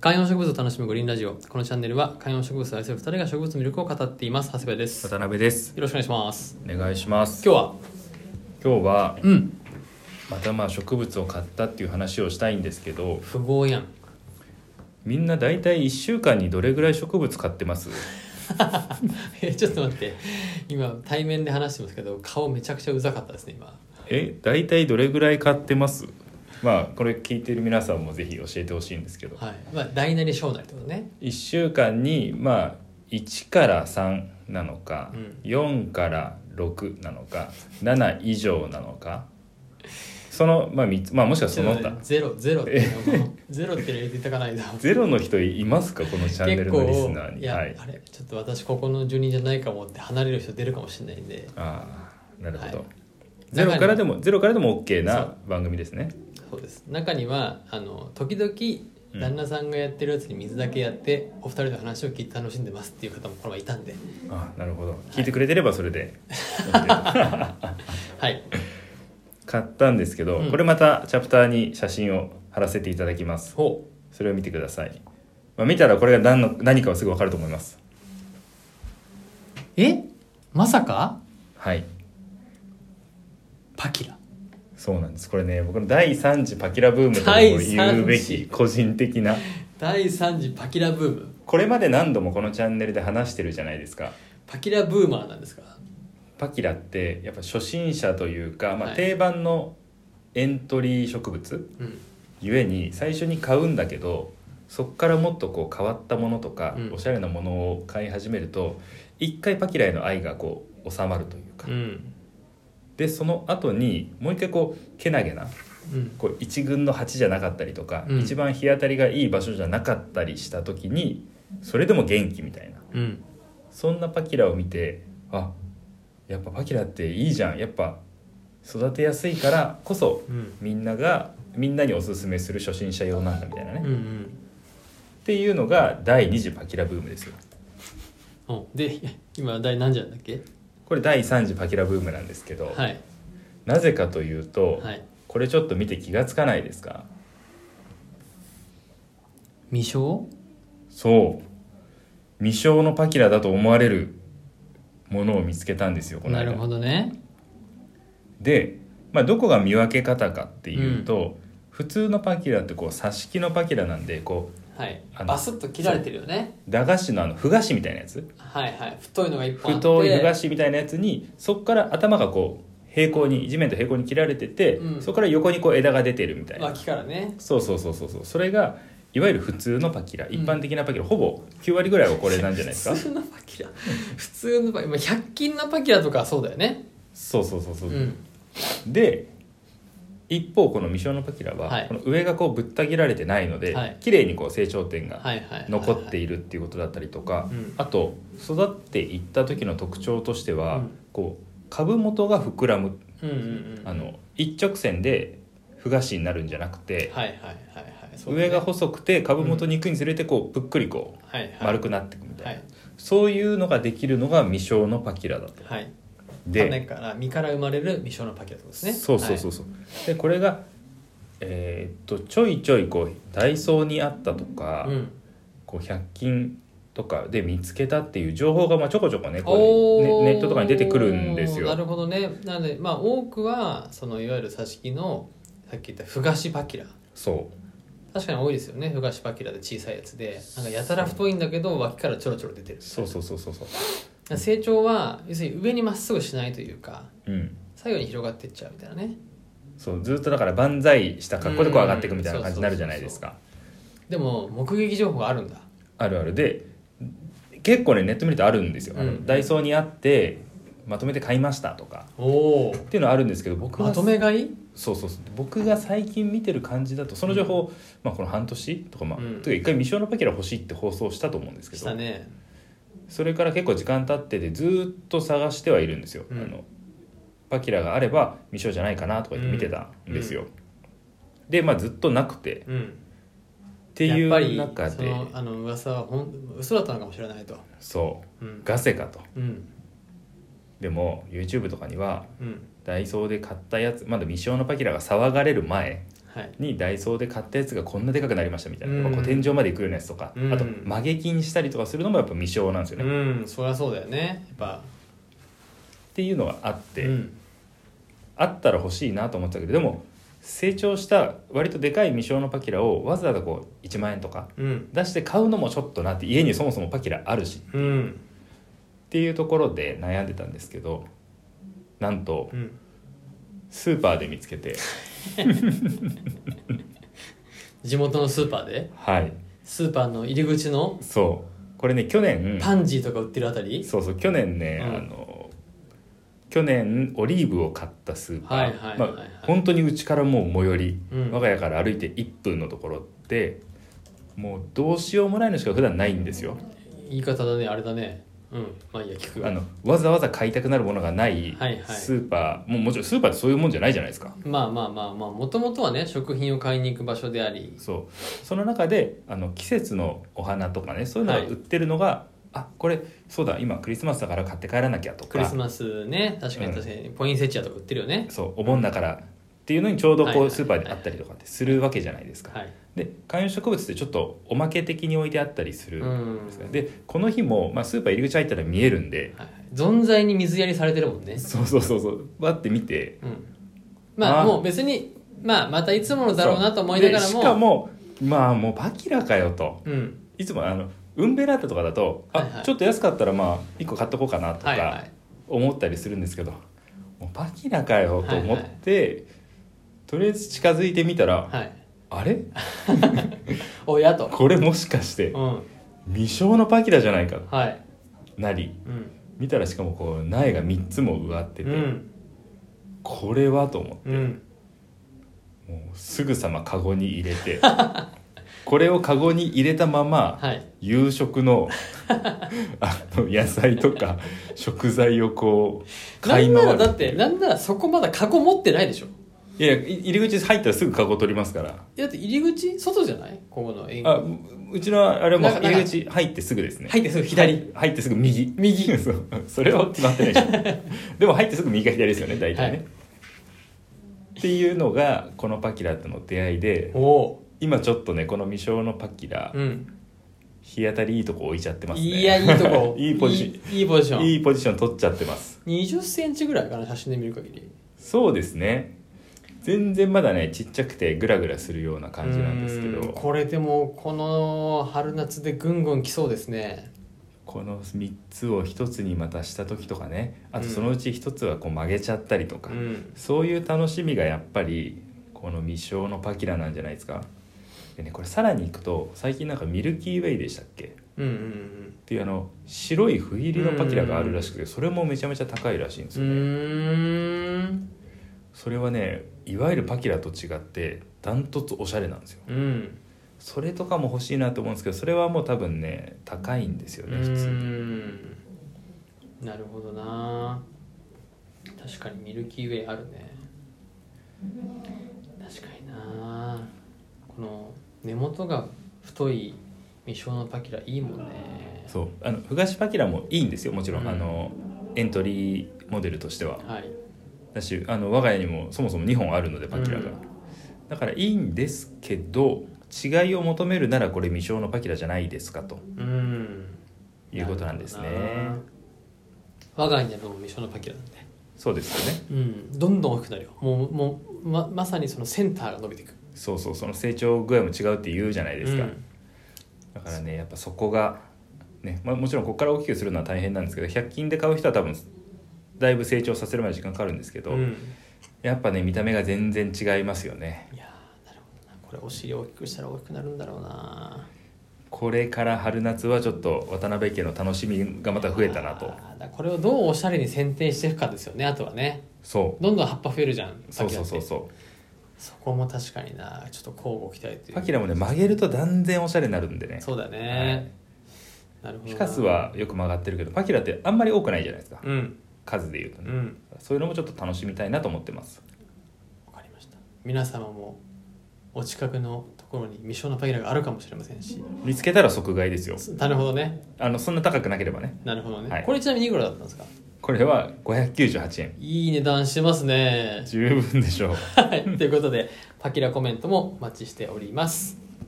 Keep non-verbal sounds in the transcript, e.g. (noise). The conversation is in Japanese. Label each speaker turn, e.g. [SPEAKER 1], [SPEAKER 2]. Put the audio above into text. [SPEAKER 1] 観葉植物を楽しむグリーンラジオこのチャンネルは観葉植物を愛する2人が植物の魅力を語っています長谷部ですよ
[SPEAKER 2] 渡辺です
[SPEAKER 1] ろしくお願いします
[SPEAKER 2] お願いします
[SPEAKER 1] 今日は
[SPEAKER 2] 今日は
[SPEAKER 1] うん
[SPEAKER 2] またまあ植物を買ったっていう話をしたいんですけど
[SPEAKER 1] 不合やん (laughs)
[SPEAKER 2] みんな大体1週間にどれぐらい植物買ってます
[SPEAKER 1] えちょっと待って今対面で話してますけど顔めちゃくちゃうざかったですね今
[SPEAKER 2] え大体どれぐらい買ってますまあこれ聞いてる皆さんもぜひ教えてほしいんですけど
[SPEAKER 1] はいまあ大なり小なりってことね
[SPEAKER 2] 1週間にまあ1から3なのか、
[SPEAKER 1] うん
[SPEAKER 2] 4から6なのか7以上なのかそのまあ3つまあもしかしたらその他
[SPEAKER 1] ゼロゼロっていうのも (laughs) ゼロって入れていたかないと
[SPEAKER 2] (laughs) ゼロの人いますかこのチャンネルのリスナー
[SPEAKER 1] い
[SPEAKER 2] に
[SPEAKER 1] や、
[SPEAKER 2] はい
[SPEAKER 1] あれちょっと私ここの住人じゃないかもって離れる人出るかもしれないんで
[SPEAKER 2] ああなるほど、
[SPEAKER 1] はい
[SPEAKER 2] ゼロからで
[SPEAKER 1] も
[SPEAKER 2] もゼロからでも OK
[SPEAKER 1] そ
[SPEAKER 2] な番組ですね
[SPEAKER 1] そうです中にはあの時々旦那さんがやってるやつに水だけやって、お二人の話を聞いて楽しんでますっていう方もこの前いたんで
[SPEAKER 2] ああなるほど聞いてくれてればそ
[SPEAKER 1] (laughs)
[SPEAKER 2] れで、
[SPEAKER 1] はい
[SPEAKER 2] 買ったんですけど、
[SPEAKER 1] うん
[SPEAKER 2] これまたチャプターに写真を貼らせていただきます
[SPEAKER 1] ほ
[SPEAKER 2] それを見てください、まあ、見たらこれが何の何かはすぐ分かると思います
[SPEAKER 1] うえまさか
[SPEAKER 2] はい
[SPEAKER 1] パキラ
[SPEAKER 2] そうなんですこれね僕の第3次パキラブームと
[SPEAKER 1] 第
[SPEAKER 2] も
[SPEAKER 1] 三次
[SPEAKER 2] 言うべき個人的な
[SPEAKER 1] 第3次パキラブーム
[SPEAKER 2] これまで何度もこのチャンネルで話してるじゃないですか
[SPEAKER 1] パキラブーマーなんですか
[SPEAKER 2] パキラってやっぱ初心者というか、ま
[SPEAKER 1] は
[SPEAKER 2] あ、
[SPEAKER 1] い
[SPEAKER 2] 定番のエントリー植物、
[SPEAKER 1] うん
[SPEAKER 2] ゆえに最初に買うんだけどそこからもっとこう変わったものとか、
[SPEAKER 1] うん
[SPEAKER 2] おしゃれなものを買い始めると一回パキラへの愛がこう収まるというか、
[SPEAKER 1] うん
[SPEAKER 2] でその後にもう一回こうけなげな
[SPEAKER 1] うん
[SPEAKER 2] こう一軍の鉢じゃなかったりとか、
[SPEAKER 1] うん
[SPEAKER 2] 一番日当たりがいい場所じゃなかったりした時にそれでも元気みたいな
[SPEAKER 1] うん
[SPEAKER 2] そんなパキラを見てあやっぱパキラっていいじゃんやっぱ育てやすいからこそ
[SPEAKER 1] うん
[SPEAKER 2] みんながみんなにおすすめする初心者用なんだみたいな
[SPEAKER 1] う
[SPEAKER 2] ね
[SPEAKER 1] んう、ん
[SPEAKER 2] っていうのが第2次パキラブームですよ
[SPEAKER 1] おで (laughs) 今第何時なんだっけ
[SPEAKER 2] これ第3次パキラブームなんですけど、
[SPEAKER 1] はい
[SPEAKER 2] なぜかというと、
[SPEAKER 1] はい
[SPEAKER 2] これちょっと見て気がつかないですか
[SPEAKER 1] 未章
[SPEAKER 2] そう未生のパキラだと思われるものを見つけたんですよこの
[SPEAKER 1] な
[SPEAKER 2] 間
[SPEAKER 1] るほどね
[SPEAKER 2] で、まあ、どこが見分け方かっていうと、普通のパキラってこう挿し木のパキラなんでこう
[SPEAKER 1] はい
[SPEAKER 2] あの
[SPEAKER 1] バスッと切られてるよね
[SPEAKER 2] 駄菓子のあのふ菓子みたいなやつ
[SPEAKER 1] はいはい太いのが一本あって
[SPEAKER 2] 太いふ菓子みたいなやつにそこから頭がこう平行に地面と平行に切られてて、
[SPEAKER 1] うん
[SPEAKER 2] そこから横にこう枝が出てるみたいな
[SPEAKER 1] 脇からね
[SPEAKER 2] そうそうそうそうそうそれがいわゆる普通のパキラ
[SPEAKER 1] ん
[SPEAKER 2] 一般的なパキラ、ほぼ9割ぐらいはこれなんじゃな
[SPEAKER 1] (laughs)
[SPEAKER 2] いですか
[SPEAKER 1] 普通のパキラ普通のパキラまあ100均のパキラとかはそうだよね
[SPEAKER 2] そうそうそうそうう、
[SPEAKER 1] ん
[SPEAKER 2] で一方この未生のパキラは、
[SPEAKER 1] はい
[SPEAKER 2] この上がこうぶった切られてないので、
[SPEAKER 1] はい
[SPEAKER 2] 綺麗にこう成長点が
[SPEAKER 1] はいはい
[SPEAKER 2] 残って
[SPEAKER 1] い
[SPEAKER 2] いるっていうことだったりとか、
[SPEAKER 1] うん
[SPEAKER 2] あと育っていった時の特徴としては、
[SPEAKER 1] うん
[SPEAKER 2] こう株元が膨らむ
[SPEAKER 1] うんうんうん
[SPEAKER 2] あの一直線で不菓子になるんじゃなくて、
[SPEAKER 1] はいはいはいはいそうだね
[SPEAKER 2] 上が細くて株元に行くにつれてこうぷっくりこう
[SPEAKER 1] はいはい
[SPEAKER 2] 丸くなっていくみたいな、
[SPEAKER 1] はい
[SPEAKER 2] そういうのができるのが未生のパキラだと。
[SPEAKER 1] はい種
[SPEAKER 2] で、
[SPEAKER 1] から実から生まれる未生のパキラってことですね
[SPEAKER 2] そうそうそうそう。でこれがえーっとちょいちょいこうダイソーにあったとか、
[SPEAKER 1] はいうん
[SPEAKER 2] こう100均とかで見つけたっていう情報がまあちょこちょこねこ
[SPEAKER 1] お
[SPEAKER 2] うね
[SPEAKER 1] ー
[SPEAKER 2] ネットとかに出てくるんです
[SPEAKER 1] な
[SPEAKER 2] よ。
[SPEAKER 1] るほどねなのでまあ多くはそのいわゆる挿し木のさっき言ったふ菓子パキラ
[SPEAKER 2] そ
[SPEAKER 1] 確かに多いですよねふ菓子パキラで小さいやつでなんかやたら太いんだけど脇からちょろちょろ出てる
[SPEAKER 2] うそうそうそうそうそう。
[SPEAKER 1] 成長は要するに上にまっすぐしないというか
[SPEAKER 2] うん。
[SPEAKER 1] 左右に広がってっちゃうみたいなね
[SPEAKER 2] そうずっとだから万歳した格好でこう上がっていくみたいな感じになるじゃないですか。
[SPEAKER 1] でも目撃情報があるんだ
[SPEAKER 2] あるあるで結構ねネット見るとあるんですよ、あの
[SPEAKER 1] うん
[SPEAKER 2] ダイソーにあってまとめて買いましたとか
[SPEAKER 1] おお
[SPEAKER 2] っていうのはあるんですけど僕は
[SPEAKER 1] まとめ買い
[SPEAKER 2] そうそうそう僕が最近見てる感じだとその情報、まあ、この半年とかまあ、
[SPEAKER 1] うん
[SPEAKER 2] というか一回未生のパキラ欲しいって放送したと思うんですけ
[SPEAKER 1] し
[SPEAKER 2] ど、
[SPEAKER 1] たね
[SPEAKER 2] それから結構時間経っててずーっと探してはいるんですよ、
[SPEAKER 1] うん
[SPEAKER 2] あのパキラがあれば未生じゃないかなとか言って見てたんですよ、でまあずっとなくてっ
[SPEAKER 1] うん
[SPEAKER 2] てい
[SPEAKER 1] やっぱり
[SPEAKER 2] う中
[SPEAKER 1] そ
[SPEAKER 2] で
[SPEAKER 1] のあの噂はほん嘘だったのかもしれないと
[SPEAKER 2] そううんガセかと
[SPEAKER 1] うん
[SPEAKER 2] でも YouTube とかには
[SPEAKER 1] うん
[SPEAKER 2] ダイソーで買ったやつまだ未生のパキラが騒がれる前
[SPEAKER 1] はい
[SPEAKER 2] にダイソーで買ったやつがこんなでかくなりましたみたいな、
[SPEAKER 1] うん
[SPEAKER 2] やっぱこう天井まで行くようなやつとか、
[SPEAKER 1] うん
[SPEAKER 2] あと曲げ金したりとかするのもやっぱ未生なんですよね、っ
[SPEAKER 1] うんそりゃそうだよねやっぱ
[SPEAKER 2] ていうのがあって、
[SPEAKER 1] うん
[SPEAKER 2] あったら欲しいなと思ってたけどでも成長した割とでかい未生のパキラをわざわざこう1万円とか
[SPEAKER 1] うん
[SPEAKER 2] 出して買うのもちょっとなって家にそもそもパキラあるしっ
[SPEAKER 1] うん
[SPEAKER 2] ていうところで悩んでたんですけどなんと
[SPEAKER 1] うん
[SPEAKER 2] スーパーで見つけて
[SPEAKER 1] 地元のスーパーで
[SPEAKER 2] はい
[SPEAKER 1] スーパーの入り口の
[SPEAKER 2] そうこれね去年
[SPEAKER 1] パンジーとか売ってるあたり、
[SPEAKER 2] そうそう去年ね、
[SPEAKER 1] うん
[SPEAKER 2] あの去年オリーブを買ったスーパ
[SPEAKER 1] はいはいは
[SPEAKER 2] ー
[SPEAKER 1] い
[SPEAKER 2] ま
[SPEAKER 1] はい
[SPEAKER 2] あ本当にうちからもう最寄り、
[SPEAKER 1] うん
[SPEAKER 2] 我が家から歩いて1分のところでもうどうしようもないのしか普段ないんですよ
[SPEAKER 1] 言い方だねあれだねうんまあいいや聞く
[SPEAKER 2] あのわざわざ買いたくなるものがない
[SPEAKER 1] はいはい
[SPEAKER 2] スーパー、もうもちろんスーパーってそういうもんじゃないじゃないですか
[SPEAKER 1] まあまあまあまあもともとはね食品を買いに行く場所であり
[SPEAKER 2] そうその中であの季節のお花とかねそういうのが売ってるのが、あこれそうだ今クリスマスだから買って帰らなきゃとか
[SPEAKER 1] クリスマスね確かに確かにポインセチアとか売ってるよね、
[SPEAKER 2] そうお盆だからっていうのにちょうどこ
[SPEAKER 1] は
[SPEAKER 2] う
[SPEAKER 1] い
[SPEAKER 2] スーパーであったりとかってするわけじゃないですか、
[SPEAKER 1] はい
[SPEAKER 2] で観葉植物ってちょっとおまけ的に置いてあったりする
[SPEAKER 1] うんん
[SPEAKER 2] ですねでこの日も、まあ、スーパー入り口入ったら見えるんで
[SPEAKER 1] はい存在に水やりされてるもんね
[SPEAKER 2] そうそうそうそうバッて見て
[SPEAKER 1] うんまあ
[SPEAKER 2] あー
[SPEAKER 1] もう別にまあまたいつものだろうなと思いながらも
[SPEAKER 2] そうでしかもまあもうバキラかよと
[SPEAKER 1] うん
[SPEAKER 2] いつもあのウンベラータとかだと、
[SPEAKER 1] はいは
[SPEAKER 2] あ
[SPEAKER 1] い
[SPEAKER 2] ちょっと安かったらまあ1個買っとこうかなと
[SPEAKER 1] はいは
[SPEAKER 2] か
[SPEAKER 1] い
[SPEAKER 2] 思ったりするんですけど、もうバキラかよと思って、とりあえず近づいてみたら、
[SPEAKER 1] はい
[SPEAKER 2] あれ
[SPEAKER 1] おやと
[SPEAKER 2] これもしかして
[SPEAKER 1] うん
[SPEAKER 2] 未生のパキラじゃないか
[SPEAKER 1] はい
[SPEAKER 2] なり
[SPEAKER 1] うん
[SPEAKER 2] 見たらしかもこう苗が3つも植わって
[SPEAKER 1] う
[SPEAKER 2] て、
[SPEAKER 1] ん
[SPEAKER 2] これはと思って
[SPEAKER 1] うん
[SPEAKER 2] もうすぐさまカゴに入れて (laughs) これをカゴに入れたまま
[SPEAKER 1] はい
[SPEAKER 2] 夕食
[SPEAKER 1] (laughs)
[SPEAKER 2] のあの野菜とか食材をこう
[SPEAKER 1] な
[SPEAKER 2] 買い
[SPEAKER 1] んなら
[SPEAKER 2] 回る
[SPEAKER 1] だってなんならそこまだカゴ持ってないでしょ
[SPEAKER 2] いやいや入り口入ったらすぐカゴ取りますから
[SPEAKER 1] だって入り口外じゃないここの縁
[SPEAKER 2] あううちのあれも
[SPEAKER 1] なんかなんか
[SPEAKER 2] 入り口入ってすぐですね
[SPEAKER 1] 入ってすぐ左
[SPEAKER 2] はい入ってすぐ右右 (laughs) そうそれは決まってないでし
[SPEAKER 1] (laughs)
[SPEAKER 2] ょでも入ってすぐ右か左ですよね大体ね、
[SPEAKER 1] は
[SPEAKER 2] っていうのがこのパキラとの出会いで
[SPEAKER 1] おお
[SPEAKER 2] 今ちょっとねこの未生のパキラ、
[SPEAKER 1] ーうん
[SPEAKER 2] 日当たりいいとこ置いちゃってますね
[SPEAKER 1] いやいいとこ
[SPEAKER 2] (laughs) いいポジション
[SPEAKER 1] いいいいポジション
[SPEAKER 2] いいポジション取っちゃってます
[SPEAKER 1] 2 0センチぐらいかな写真で見る限り
[SPEAKER 2] そうですね全然まだねちっちゃくてグラグラするような感じなんですけ
[SPEAKER 1] うーん
[SPEAKER 2] ど
[SPEAKER 1] これでもこの春夏でぐんぐん来そうですね
[SPEAKER 2] この3つを1つにまたした時とかねあとそのうち1つはこう曲げちゃったりとか、
[SPEAKER 1] うん
[SPEAKER 2] そういう楽しみがやっぱりこの未生のパキラなんじゃないですかでねこれさらにいくと最近なんかミルキーウェイでしたっけっ
[SPEAKER 1] うんうん
[SPEAKER 2] ていうあの白い斑入りのパキラがあるらしくてそれもめちゃめちゃ高いらしいんです
[SPEAKER 1] う
[SPEAKER 2] よね、
[SPEAKER 1] んう
[SPEAKER 2] それはねいわゆるパキラと違ってダントツおしゃれなんですよ
[SPEAKER 1] ーんうん
[SPEAKER 2] それとかも欲しいなと思うんですけどそれはもう多分ね高いんですよ
[SPEAKER 1] う
[SPEAKER 2] ね普
[SPEAKER 1] ー
[SPEAKER 2] 通に
[SPEAKER 1] んなるほどな確かにミルキーウェイあるね確かになこの根元が太い未生のパキラいいもんね
[SPEAKER 2] そうあのふがしパキラもいいんですよもちろん、
[SPEAKER 1] うん
[SPEAKER 2] あのエントリーモデルとしては
[SPEAKER 1] はい
[SPEAKER 2] だしあの我が家にもそもそも2本あるのでパキラが、
[SPEAKER 1] うん
[SPEAKER 2] だからいいんですけど違いを求めるならこれ未生のパキラじゃないですかと
[SPEAKER 1] うん
[SPEAKER 2] いうことなんですね
[SPEAKER 1] るほどな我が家にはもう未生のパキラなんで
[SPEAKER 2] そうですよね
[SPEAKER 1] うんどんどん大きくなるよもうもうままさにそのセンターが伸びていく
[SPEAKER 2] そうそうその成長具合も違うって言うじゃないですか、
[SPEAKER 1] うん
[SPEAKER 2] だからねやっぱそこが、ねまあ、もちろんここから大きくするのは大変なんですけど100均で買う人は多分だいぶ成長させるまで時間かかるんですけど、
[SPEAKER 1] うん
[SPEAKER 2] やっぱね見た目が全然違いますよね
[SPEAKER 1] いやーなるほどなこれお尻を大きくしたら大きくなるんだろうな
[SPEAKER 2] これから春夏はちょっと渡辺家の楽しみがまた増えたなと
[SPEAKER 1] あーだからこれをどうおしゃれに剪定していくかですよねあとはね
[SPEAKER 2] そう
[SPEAKER 1] どんどん葉っぱ増えるじゃん
[SPEAKER 2] そうそうそう
[SPEAKER 1] う
[SPEAKER 2] そ
[SPEAKER 1] そこも確かになちょっと交互期待というう
[SPEAKER 2] パキラもね曲げると断然おしゃれになるんでね
[SPEAKER 1] そうだね、なるほど
[SPEAKER 2] ピ
[SPEAKER 1] な
[SPEAKER 2] カスはよく曲がってるけどパキラってあんまり多くないじゃないですか、
[SPEAKER 1] うん
[SPEAKER 2] 数でいうと
[SPEAKER 1] う
[SPEAKER 2] ね、
[SPEAKER 1] ん
[SPEAKER 2] そういうのもちょっと楽しみたいなと思ってます
[SPEAKER 1] わかりました皆様もお近くのところに未生のパギラがあるかもしれませんし
[SPEAKER 2] 見つけたら即買いですよ
[SPEAKER 1] なるほどね
[SPEAKER 2] あのそんな高くなければね
[SPEAKER 1] なるほどね、
[SPEAKER 2] はい
[SPEAKER 1] これちなみにいくらだったんですか
[SPEAKER 2] ここれは598円
[SPEAKER 1] いい値段してますね (laughs)
[SPEAKER 2] 十分でしょう
[SPEAKER 1] はいということでパキラコメントもお待ちしております